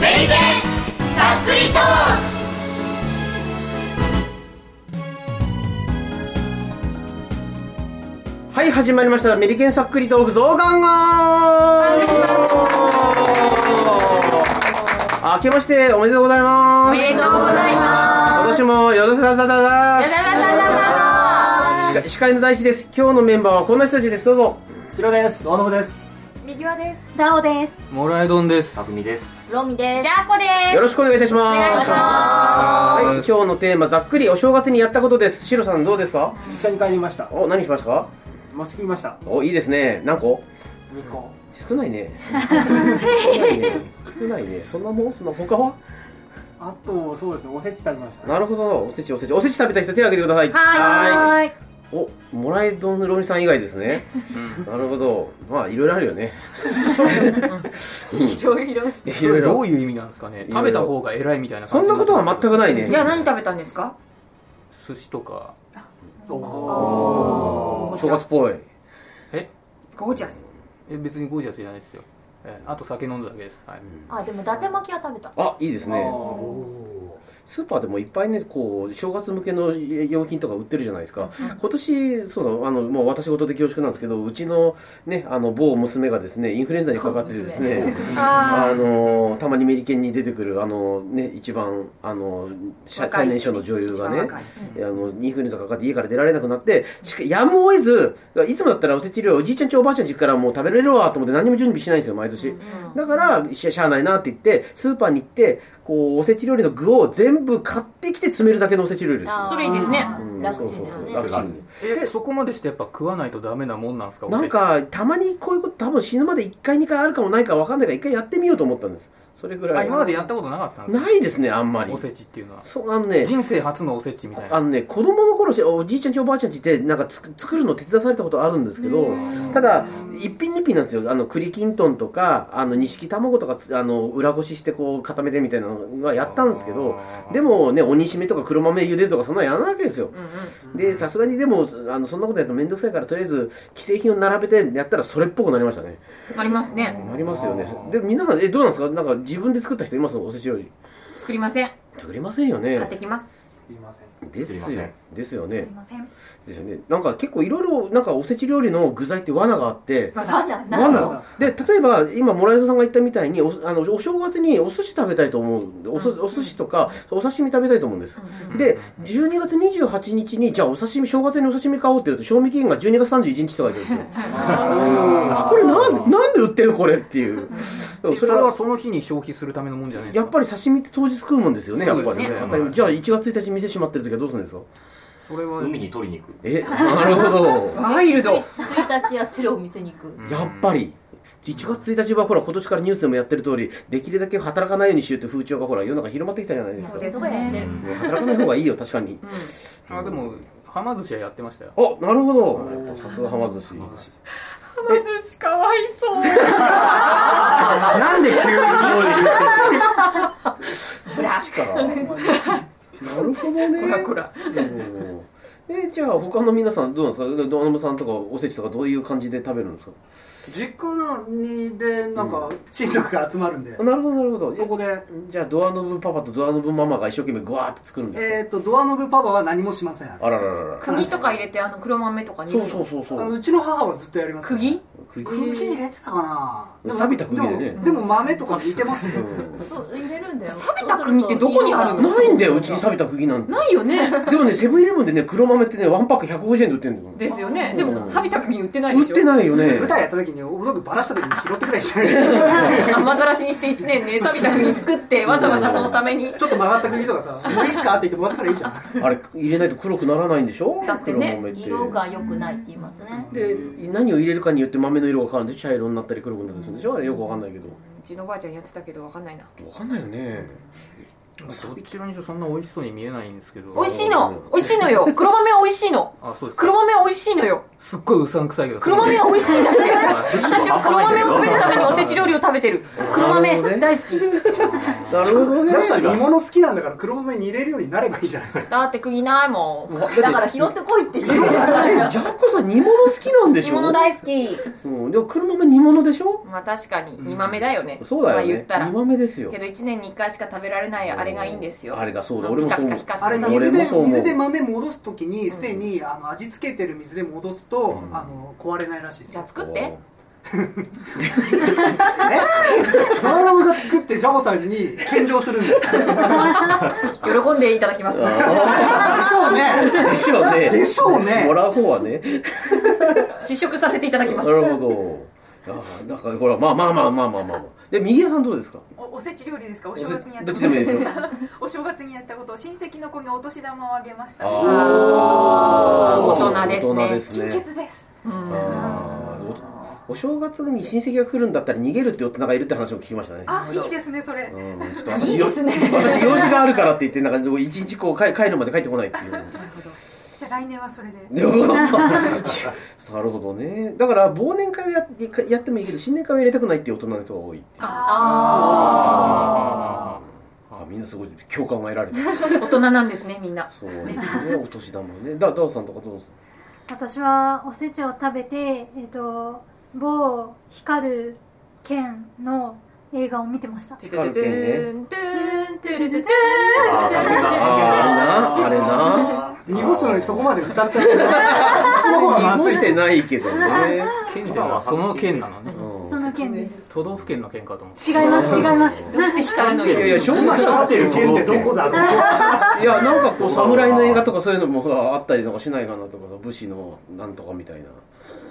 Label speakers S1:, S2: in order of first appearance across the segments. S1: メリケンさっくりトー
S2: はい、始まりました。メリケンさっくり豆腐増刊号あけましておめでとうござい
S1: お
S2: ます。
S1: めでとうございま
S2: 今年もよろしくださだだ
S1: す
S2: だ
S1: ささささ
S2: 司会司会の大地です。今日のメンバーはこんな人たちです。どうぞ。
S3: ヒロです。
S4: どうもです。
S1: 右輪です
S5: ダオです。
S3: モライドンです。
S4: 匠です。
S5: ロミで
S1: ジ
S5: す。
S1: ャーコで
S2: よろ
S1: す
S2: しくお願いいたします。
S1: お願いし
S2: は
S1: ま
S2: い、今日のテーマざっくりお正月にやったことです。シロさんどうですか？
S3: 実家に帰りました。
S2: お、何しましたか？
S3: 持ちきりました。
S2: お、いいですね。何個？
S3: 二個。
S2: 少ないね。少な いね。少ないね。そんなもんその他は？
S3: あと、そうですね、おせち食べましたね。
S2: なるほど。おせちおせちおせち食べた人手を挙げてください。
S1: はい
S2: は
S5: はい。
S2: おもらいどんろみさん以外ですね、なるほどまあいろいろあるよね
S5: いろいろ。
S2: い
S6: そ
S2: ろい
S6: れど
S2: ろ
S6: ういう意味なんですかね
S2: いろいろ
S6: 食べた方が偉いみたいな
S2: そ
S6: 感
S2: ん
S6: じ
S2: なことは全くないね
S1: じゃあ何食べたんですか
S6: 寿司とか
S2: 正月っぽい
S1: ゴージャス
S6: え別にゴージャスじゃないですよ、えあと酒飲んだだけです、はい
S5: あ、でも伊達巻きは食べた。
S2: あいいです
S3: あー
S2: ねスーパーでもいっぱいねこう正月向けの用品とか売ってるじゃないですか、今年そうそうあのもう私事で恐縮なんですけどうちのねあの某娘がですねインフルエンザにかかってですね
S1: あ
S2: あのたまにメリケンに出てくるあのね一番あの最
S1: 若い人
S2: 年少の女優が
S1: 一
S2: ね
S1: 番若い
S2: あのインフルエンザかかって家から出られなくなってしかやむを得ずいつもだったらおせち料理おじいちゃんちおばあちゃんちからもう食べれるわと思って何も準備しないんですよ毎年、だからしゃしゃあないなって言ってスーパーに行ってこうおせち料理の具を全部買ってきて詰めるだけのおせち料理ですよ
S5: あー
S1: それいいですね
S2: うん
S5: 楽ちんですね
S2: そう。そうそう楽ちん
S6: えそこまでしてやっぱ食わないとダメなもんなんですか
S2: なんかたまにこういうこと多分死ぬまで1回2回あるかもないか分かんないから1回やってみようと思ったんですそれぐ
S6: おせち
S2: ら
S6: あ
S2: い
S6: 今までやったことなかったんですか
S2: ないですねあんまり
S6: おせちっていうのは
S2: そうあのね
S6: 人生初のおせちみたい
S2: あ
S6: な
S2: のね、子供の頃しおじいちゃんちおばあちゃんちってなんかつく作るの手伝わされたことあるんですけどただ一品二品なんですよあの栗きんとんとかあの錦卵とかつあの裏ごししてこう固めてみたいなのはやったんですけど
S6: あー
S2: でもね鬼しめとか黒豆茹でるとかそんなのやらないわけですよ
S1: うんうん
S2: でさすがにでもあのそんなことやると面倒くさいからとりあえず既製品を並べてやったらそれっぽくなりましたね
S1: ありますね
S2: なりますよねで皆さんえどうなんですかなんか自分で作った人いますおせち料理
S1: 作りません
S2: 作りませんよね
S1: 買ってきます
S3: 作りません。
S2: です
S4: 作り
S2: よ
S4: ません
S2: ですよね
S5: すいません。
S2: ですよねなんか結構いろいろなんかおせち料理の具材って罠があって
S5: バナナ。
S2: 罠で例えば今モライゾさんが言ったみたいにおあのお正月にお寿司食べたいと思うおすお寿司とかお刺身食べたいと思うんですで12月28日にじゃあお刺身正月にお刺身買おうって言うと賞味期限が12月31日とか言ってるんですよこれなんなんで売ってるこれっていうでも
S6: えそ
S2: そ
S6: れ
S2: れ
S6: は
S2: は
S6: その日に消費するためのもんじゃないです
S2: や
S6: か
S2: っぱり刺身って当日食うもんですよねやっぱ
S6: そう
S2: り
S6: ですね
S2: 当たり前じゃあ1月1日店閉まってる時はどうするんですか
S6: それは
S4: 海に取りに行く。
S2: えなるほど
S1: ワイルド
S5: 1日やってるお店に行く。
S2: やっぱり1月1日はほら今年からニュースでもやってる通りできるだけ働かないようにしようって風潮がほら世の中広まってきたじゃないです
S1: そ
S2: か
S1: うです
S5: どこやって
S1: ね
S5: る。
S2: 働かない方がいいよ確かに
S6: あでもはま寿司はやってましたよ
S2: あなるほどやっぱさすがはま寿司
S1: 浜寿司かわい そう
S6: なんで急に
S2: なるほどね
S1: こらこら
S2: うんえじゃあ他の皆さんどうなんですかドアノブさんとかおせちとかどういう感じで食べるんですか
S4: 実家のにでなんか
S3: 親族が集まるんで
S2: あ。なるほどなるほど
S4: そこで、
S2: じゃあドアノブパパとドアノブママが一生懸命グワーって作るんですか、
S7: えー、とドアノブパパは何もしません
S2: あらららら
S1: 釘とか入れてあの黒豆とかに
S2: そうそうそうそ
S7: あ
S2: う
S7: うちの母はずっとやりますね
S1: 釘
S2: 釘
S7: 釘に入れてたかな
S2: 錆びた釘でね
S7: でもでも豆とか似てますよ
S2: う
S5: そう入れるんだよ。
S1: 錆びた国ってどこにある
S2: ん
S1: の
S2: ないんだようちに錆びた釘 なんて
S1: ないよね
S2: でもね、セブンイレブンでね、黒豆ってね、ワンパック150円で売ってるんだよ。
S1: ですよねでも錆びた国売ってないで
S2: 売
S1: し
S2: っ
S1: ょ
S2: てないよね。
S7: 舞台やった時にお道具ばらした時に拾ってくれじゃ ない
S1: 雨ざらしにして1年ね錆びた国作ってわざわざそのために
S7: ちょっと曲がった釘とかさ「もういいっすか?」って言ってもらったらいいじゃん
S2: あれ、入れないと黒くならないんでしょ
S1: だって
S2: 黒
S1: ね
S2: 豆って。
S5: 色が良くないって言いますね。
S2: で、何を入れるかによって豆の色が変わるんでしょ茶色になったり黒くなったりするんでしょあれよくわかんないけど。
S1: うちのばあちゃんやってたけどわかんないな
S2: わかんないよね。
S6: どちらにしろそんな美味しそうに見えないんですけど
S1: 美味しいの美味しいのよ黒豆美味しいの
S6: あそうです
S1: 黒豆美味しいのよ
S6: すっごいうさんくさいけど
S1: 黒豆が美味しいんだって私は黒豆を食べるためにおせち料理を食べてる黒
S2: なるほど
S1: 豆
S2: ね
S1: 大好き
S2: なるほどね
S7: だったら煮物好きなんだから黒豆に入れるようになればいいじゃないですか。
S1: だって食いないもん
S5: だから拾ってこいって言ってるじゃん
S2: ジャッコさん煮物好きなんでし
S1: 煮
S2: ょ
S1: 物大好き
S2: うん、でも車も煮物でしょ
S1: まあ確かに煮豆だよね、
S2: そうだ
S1: まあ、
S2: よね、
S1: 言ったら
S2: 煮豆ですよ
S1: けど1年に1回しか食べられないあれがいいんですよ
S2: あれがそう
S1: ま
S2: だ
S1: あ
S2: 俺もそう思う
S1: ピカピカ
S7: あれ
S1: 光って
S2: 俺
S7: 水
S2: も
S7: で
S2: そう思う
S7: 水で豆戻すときにすでにあの味付けてる水で戻すとあの壊れないらしいです
S1: じゃ
S7: よ
S1: あ。作って
S7: えドラムが作ってジャボさんに献上するんですか
S1: 喜んでいただきます
S2: あ
S7: でしょうね
S2: ーでしょうね
S7: でしょうね
S2: もらう方はね
S1: 試食させていただき
S2: な
S1: ます
S2: るほどあーだからほらまあまあまあまあまあまあ、まあ、で右屋さんどうですか
S8: おおせち料理ですかお正月にやっ
S2: ど
S8: た
S2: っちでもいいですよ
S8: お正月にやったことを親戚の子にお年玉をあげました
S1: あー
S2: ー
S1: 大人ですね
S2: 大人です
S8: 金
S2: ね
S8: 欠です
S2: あーおお正月に親戚が来るんだったら逃げるって大人がいるって話も聞きましたね
S8: あいいですねそれ
S2: うんちょっと
S5: い
S2: 私
S5: いですね
S2: 私用事があるからって言ってなんか一日こう帰帰るまで帰ってこないっていう
S8: じゃあ来年はそれで
S2: でもなるほどねだから忘年会をややってもいいけど新年会を入れたくないっていう大人の人が多い
S5: あ
S6: あ
S2: あみんなすごい共感が得られた
S1: 大人なんですねみんな
S2: そうですねお年玉ねだダオさんとかどうです
S9: 私はおせちを食べて、えっと某光る剣の映画を見てました
S2: 光る剣ね
S1: トゥーントゥルトゥト
S6: あー
S2: あーあれなあ
S7: 濁すのにそこまで歌っちゃってるこっちの方が
S2: れな
S7: ま
S2: 濁
S7: ずい
S2: してないけどね、
S6: 県ってのはその県なのね
S2: うん
S9: その件です
S6: 都道府県の県かと思って
S9: 違います違います
S1: ゥどうして光るの
S2: いやい
S1: よ
S2: や正
S7: 今光ってる県ってどこだろう
S2: いやなんかこう侍の映画とかそういうのもほらあったりとかしないかなとかさ武士のなんとかみたいな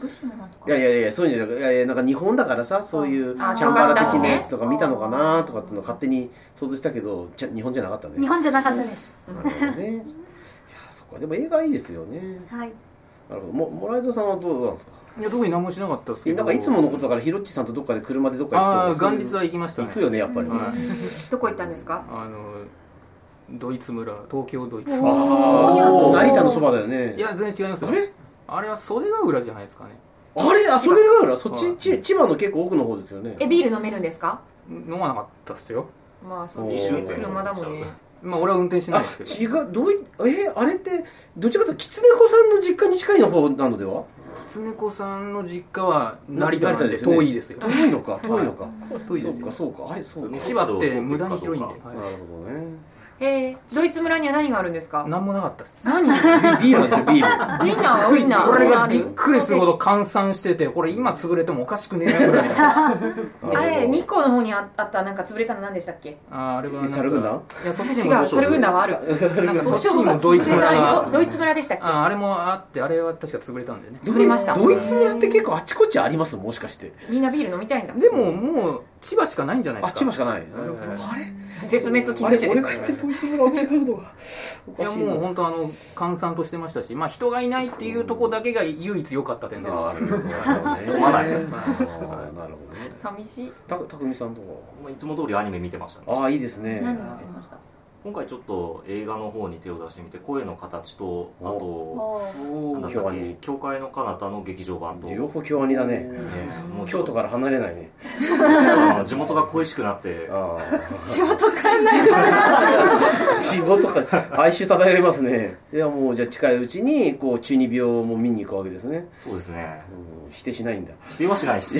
S5: 武士のなんとか
S2: いやいやいやそういうんじゃなくいやいやなんか日本だからさそういうチ
S1: あ
S2: ャンバラ
S1: 正月だ
S2: 的
S1: し
S2: な
S1: ね
S2: やつとか見たのかなとかっていうのを勝手に想像したけどちゃ日本じゃなかったね
S9: 日本じゃなかったです、
S2: なるほど ねいやそっかでも映画いいですよね
S9: はい
S2: なるほどもモライドさんはどうなんですか
S6: いや特に何もしなかったです
S2: い
S6: け
S2: や
S6: ど
S2: なんかいつものことだからひろっちさんとどっかで車でどっか
S6: あ
S2: 行
S6: あ
S2: くとか
S6: 元日は行きました
S2: 行
S6: ね
S2: くよねやっぱり、
S6: は
S2: ね
S6: い
S1: どこ行ったんですか
S6: あのドイツ村東京ドイツ
S2: あ
S6: 村
S2: ー成田のそばだよね
S6: いや全然違いますよ
S2: あれ
S6: あれは袖ヶ浦じゃないですかね
S2: あれあそれだからそっ
S6: は
S2: ち
S6: い
S2: ち千葉の結構奥の方ですよね
S1: えビール飲めるんですか
S6: 飲まなかったっすよ
S1: まあそう
S2: おー
S1: ですね車だもんね
S6: まあ俺は運転しない
S2: あ
S6: ですけど
S2: 違うどういえあれってどっちかというと狐子さんの実家に近いの方なのでは
S6: きつねこさんの実家は成田なん
S2: 成
S6: で
S2: 田ですね
S6: 遠いですよ
S2: 遠いのか遠いのか
S6: 遠い
S2: そ
S6: で
S2: う
S6: す
S2: か
S6: よ
S2: そうかあれそうか
S6: 千葉って無駄に広いんで
S2: なる
S6: はい
S2: ほどね
S1: えー、ドイツ村には何があるんですか
S6: 何もなかったっす
S1: 何ウ
S2: ビールなんですよビール
S1: ィンナーウィンナー
S6: これが
S1: ある
S6: びっくりするほど換算しててこれ今潰れてもおかしくねえなぐ らいの
S1: あれ日光の方にああったなんか潰れたの何でしたっけ
S6: ああれはなんか
S2: サルグンダ
S6: いやそっち
S1: 違
S6: にも
S1: うサルグンダーはある
S6: なんかそっちにもドイツ村が
S1: ドイツ村でしたっけ
S6: ああれもあってあれは確か潰れたんだよね
S1: 潰れました
S2: ドイツ村って結構あちこちありますもしかして
S1: みんなビール飲みたいんだ
S6: でももう千葉しかないんじゃないで
S2: あ
S6: すか
S2: 千葉しかない
S6: うん
S2: あれ
S1: 絶滅危
S2: あ
S1: 惧
S2: れ
S1: 種ですか
S2: 俺が
S1: ら
S2: 言ってドイツ村は違うのがお
S6: い
S2: か
S6: や
S2: しい
S6: もう
S2: な
S6: 本当あの閑散としてましたし、まあ、人がいないっていうとこだけが唯一良かった点です。
S2: なるほどね
S4: まない
S2: あーなるほどね
S1: 寂しい
S2: たたくみさんとか
S10: まあいつも通りアニメ見てましたね
S2: ああいいですね
S5: 何がありました
S10: 今回ちょっと映画の方に手を出してみて声の形とあと
S5: お
S10: なんだったっ
S2: 京アニ
S10: け教会の彼方の劇場版と、ね、
S2: 両方京アニだね
S10: もうち
S2: 京
S10: ょっ
S2: 都
S10: と
S2: から離れないね
S10: あの地元が恋しくなって
S2: ああ
S5: 仕事変えない
S2: 仕事か哀愁漂いますねいやもうじゃあ近いうちにこう中二病も見に行くわけですね、
S10: そうですね
S2: うん、否定しないんだ
S10: 否定はしない っす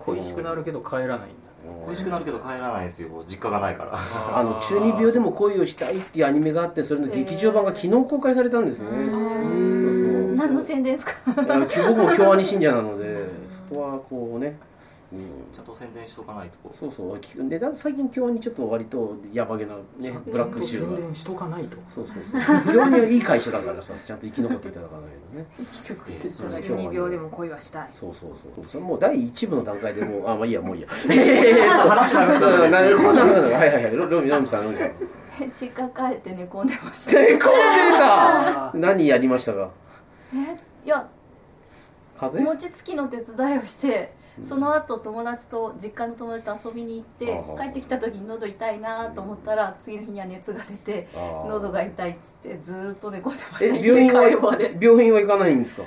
S6: 恋しくなるけど帰らないんだ。
S10: 恋しくなるけど帰らないですよ実家がないから
S2: あの中二病でも恋をしたいっていうアニメがあってそれの劇場版が昨日公開されたんですねそう
S5: 何の宣伝ですか
S2: あの僕も京アニ信者なのでそこはこうね、うん、
S10: ちゃんと宣伝しとかないとこ
S2: そうそうきでだ最近京アニちょっと割とやばげなねブラック集
S6: 宣
S2: が
S6: 伝しとかないと。
S2: そうそうそう京アニはいい会社だからさちゃんと生き残っていただかないとね
S10: で
S2: そうそう
S1: 中二病でも恋はしたい
S2: そうそうそう。それもう第一部の段階でもう、あ、まあいいや、 もういいや。話なるほど。なるほど、なるほど。はいはいはい。ロロミ、ロミさん、ロミ さん。
S5: 実家帰って寝込んでました
S2: 寝込んでた何やりましたか
S5: えいや
S2: 風邪
S5: 餅つきの手伝いをしてその後友達と実家の友達と遊びに行って
S10: ああ
S5: 帰ってきた時に喉痛いなと思ったら次の日には熱が出て喉が痛いっつってずーっと寝込んでました
S2: え病院は
S5: 家庭科医まで
S2: 病院は行かないんですか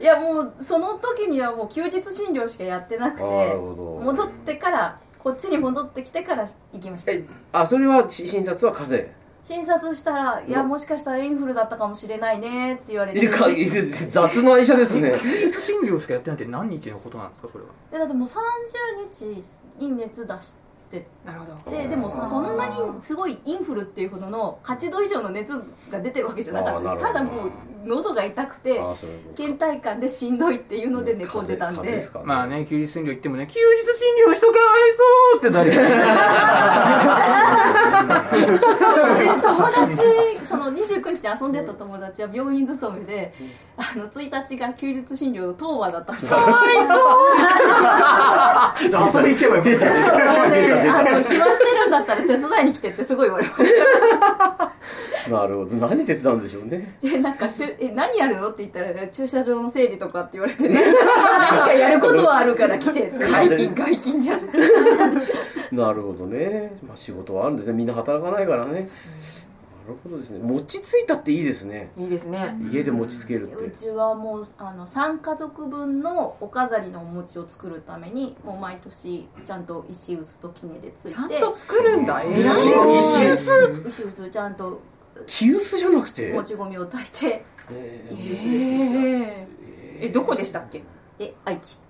S5: いやもうその時にはもう休日診療しかやってなくて
S2: あーなるほど
S5: 戻ってからこっちに戻ってきてから行きました
S2: えあそれはし診察は風邪
S5: 診察したら「いやもしかしたらインフルだったかもしれないね」って言われて
S2: えか
S5: で
S2: 雑な医者です ね
S6: 休日診療しかやってないって何日のことなんですかそれは
S5: だってもう30日に熱出して
S1: なるほど
S5: ででもそんなにすごいインフルっていうほどの8度以上の熱が出てるわけじゃなかった
S2: あー
S5: です
S2: な
S5: た
S2: る
S5: だ
S2: ほど
S5: もう喉が痛くて
S2: あそういうこと
S5: 倦怠感でしんどいっていうので寝込んでたん
S2: 風邪
S5: で
S2: 風邪すか
S6: まあね休日診療行ってもね休日診療人かわいそうって誰か言う
S5: 友達その29日に遊んでた友達は病院勤めであの1日が休日診療の当話だったんですよ
S4: じゃあ遊び行けばよかった
S5: そう もうねあの暇してるんだったら手伝いに来てってすごい言われまし
S2: なるほど何手伝うんでしょうね
S5: たでなんかちゅえ何やるのって言ったら駐車場の整理とかって言われて、ね、何かやることはあるから来てって
S1: 外勤外勤じゃん
S2: なるほどね、まあ、仕事はあるんですねみんな働かないからねなるほどですね餅ついたっていいですね
S1: いいですね
S2: 家で餅つけるっ
S5: う
S2: て
S5: ちはもうあの3家族分のお飾りのお餅を作るためにもう毎年ちゃんと石臼と杵でつい
S1: ちゃん
S5: て
S1: と作るんだ偉い
S2: 石臼
S5: 石臼ちゃんと
S2: 木臼じゃなくて
S5: もち米を炊いて
S2: え
S5: 石臼ですうちは
S1: ええどこでしたっけ
S5: え愛知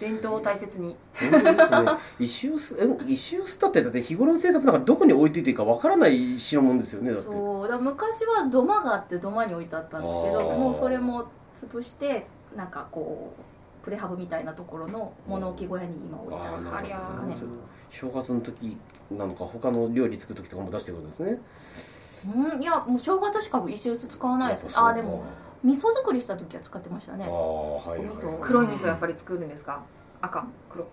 S1: 伝統を大切に
S2: ー本当ですね石臼え石臼だってだって日頃の生活なんかどこに置いていていいかわからない代物ですよねだって
S5: そうだから昔は土間があって土間に置いてあったんですけど
S2: あー
S5: もうそれも潰してなんかこうプレハブみたいなところの物置小屋に今置いてある
S1: ありゃ
S5: そう
S1: ー
S5: ですか
S2: 正月の時なのか他の料理作る時とかも出してくるんですね
S5: うんいやもう生姜としかも石臼使わないです
S2: やっぱそう
S5: あ
S2: か
S5: あでも味噌作りした時は使ってました
S2: あ
S5: ね
S2: あはいはい
S5: お味噌
S1: 黒い味噌やっぱり作るんですか赤黒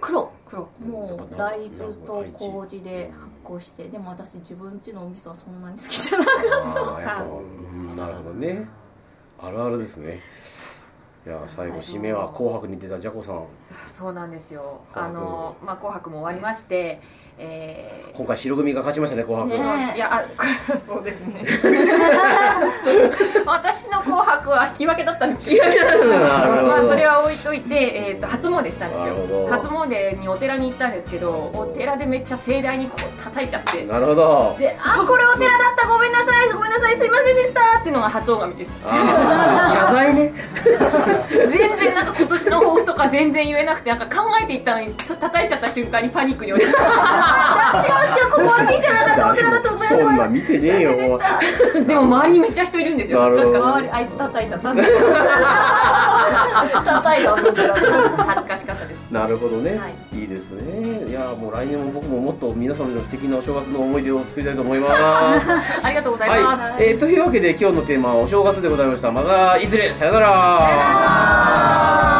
S5: 黒
S1: 黒
S5: もう大豆と麹で発酵してでも私自分家のお味噌はそんなに好きじゃない
S2: ああやっぱうんなるほどねあるあるですねいや最後締めは「紅白」に出たジャコさん
S1: そうなんですよ
S2: な
S1: あ
S2: るほど
S1: の、まあ、紅白も終わりましてえー
S2: 今回白組が勝ちましたね紅白、
S5: ね
S1: いやあ これはそうですね私の「紅白」は引き分けだったんですけどまあそれは置いといて、えー、と初詣したんです
S2: なるほ
S1: よ
S2: ど
S1: 初詣にお寺に行ったんですけど
S2: なるほ
S1: お
S2: ど
S1: 寺でめっちゃ盛大にこう叩いちゃって
S2: なるほど
S1: で「あこれお寺だったごめんなさいごめんなさいすいませんでした」っていうのが初拝みでした
S2: ああ謝罪 ね
S1: 全然なんか今年の抱負とか全然言えなくてなんか考えていったのにちょ叩いちゃった瞬間にパニックに陥って「あ違う違うここは神社じゃなかったお寺だったお
S2: そ
S1: 寺だ
S2: ん
S1: っ
S2: な見て ねえ
S1: たで
S2: よ
S1: した」でも周りにめっちゃ人いるんですよ
S2: なる
S1: 確
S2: ほど
S1: かに
S5: 周りあいつ叩いた叩い た叩いた本当だ
S1: 恥ずかしかったです
S2: なるほどね、、
S1: はい
S2: いですねいやもう来年も僕ももっと皆様の素敵なお正月の思い出を作りたいと思います
S1: ありがとうございます、
S2: はい、えーというわけで今日のテーマはお正月でございましたまたいずれさよなら